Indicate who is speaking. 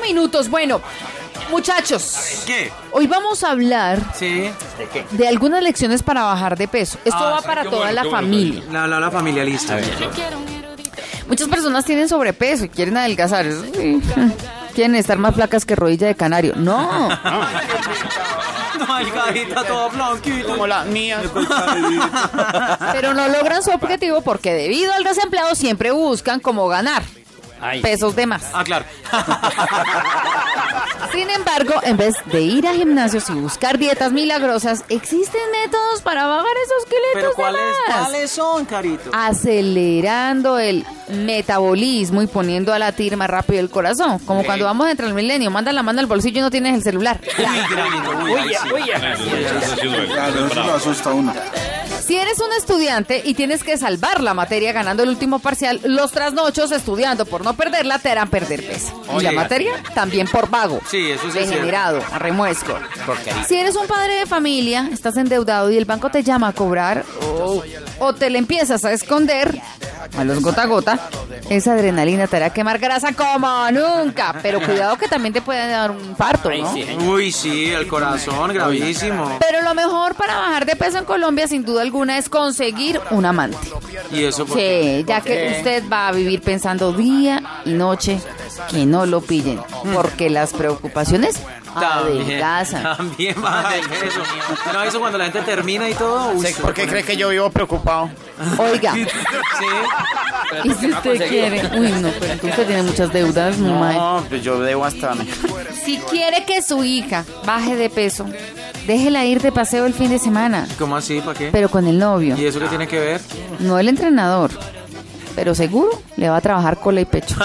Speaker 1: minutos. Bueno, muchachos,
Speaker 2: ¿Qué?
Speaker 1: hoy vamos a hablar
Speaker 2: Sí.
Speaker 1: de algunas lecciones para bajar de peso. Esto
Speaker 2: Ah,
Speaker 1: va
Speaker 2: sí,
Speaker 1: para
Speaker 3: qué
Speaker 1: toda
Speaker 3: bueno,
Speaker 1: la
Speaker 3: qué bueno,
Speaker 1: familia.
Speaker 2: La, la, la familia lista.
Speaker 1: Muchas personas tienen sobrepeso y quieren adelgazar. Eso sí. Quieren estar más flacas que rodilla de canario. No.
Speaker 2: No, hay carita toda blanquita.
Speaker 3: Como las mías.
Speaker 1: Pero no logran su objetivo porque debido al desempleado siempre buscan cómo ganar
Speaker 3: Ay.
Speaker 1: pesos de más.
Speaker 2: Ah, claro.
Speaker 1: Sin embargo, en vez de ir a gimnasios y buscar dietas milagrosas, existen métodos para bajar esos
Speaker 2: Pero
Speaker 1: kilos de
Speaker 2: ¿cuáles,
Speaker 1: más.
Speaker 2: ¿cuáles son, carito?
Speaker 1: acelerando el metabolismo y poniendo a latir más rápido el corazón. Como
Speaker 3: Sí.
Speaker 1: cuando vamos a entrar al milenio, manda la mano al bolsillo y no tienes el celular.
Speaker 3: Uy, uy,
Speaker 4: Eso sí duele.
Speaker 5: Claro, eso lo
Speaker 4: Bravo.
Speaker 5: asusta a uno.
Speaker 1: Si eres un estudiante y tienes que salvar la materia ganando el último parcial, los trasnochos estudiando por no perderla te harán perder peso. y
Speaker 2: Oye.
Speaker 1: la materia también por vago.
Speaker 2: Sí, eso sí es
Speaker 1: Degenerado, remuesco. Si eres un padre de familia, estás endeudado y el banco te llama a cobrar o, o te le empiezas a esconder a los gota a gota, esa adrenalina te hará quemar grasa como nunca. Pero cuidado que también te puede dar un infarto, ¿no?
Speaker 2: Uy, sí, el corazón, gravísimo.
Speaker 1: Pero lo mejor para bajar de peso en Colombia, sin duda alguna, es conseguir un amante.
Speaker 2: Y eso por qué?
Speaker 1: Sí, ya que usted va a vivir pensando día y noche que no lo pillen, porque las preocupaciones
Speaker 2: También,
Speaker 1: adelgazan.
Speaker 2: también baja de peso. No, eso cuando la gente termina y todo. uy,
Speaker 3: ¿Por qué crees que yo vivo preocupado?
Speaker 1: Oiga,
Speaker 2: Sí.
Speaker 1: y si usted quiere, uy no, pero entonces tiene muchas deudas, mi madre.
Speaker 3: No, pues yo debo hasta...
Speaker 1: Si quiere que su hija baje de peso, déjela ir de paseo el fin de semana,
Speaker 2: ¿Cómo así? ¿Para qué?
Speaker 1: pero con el novio,
Speaker 2: ¿Y eso qué tiene que ver?
Speaker 1: no el entrenador. Pero seguro le va a trabajar cola y pecho.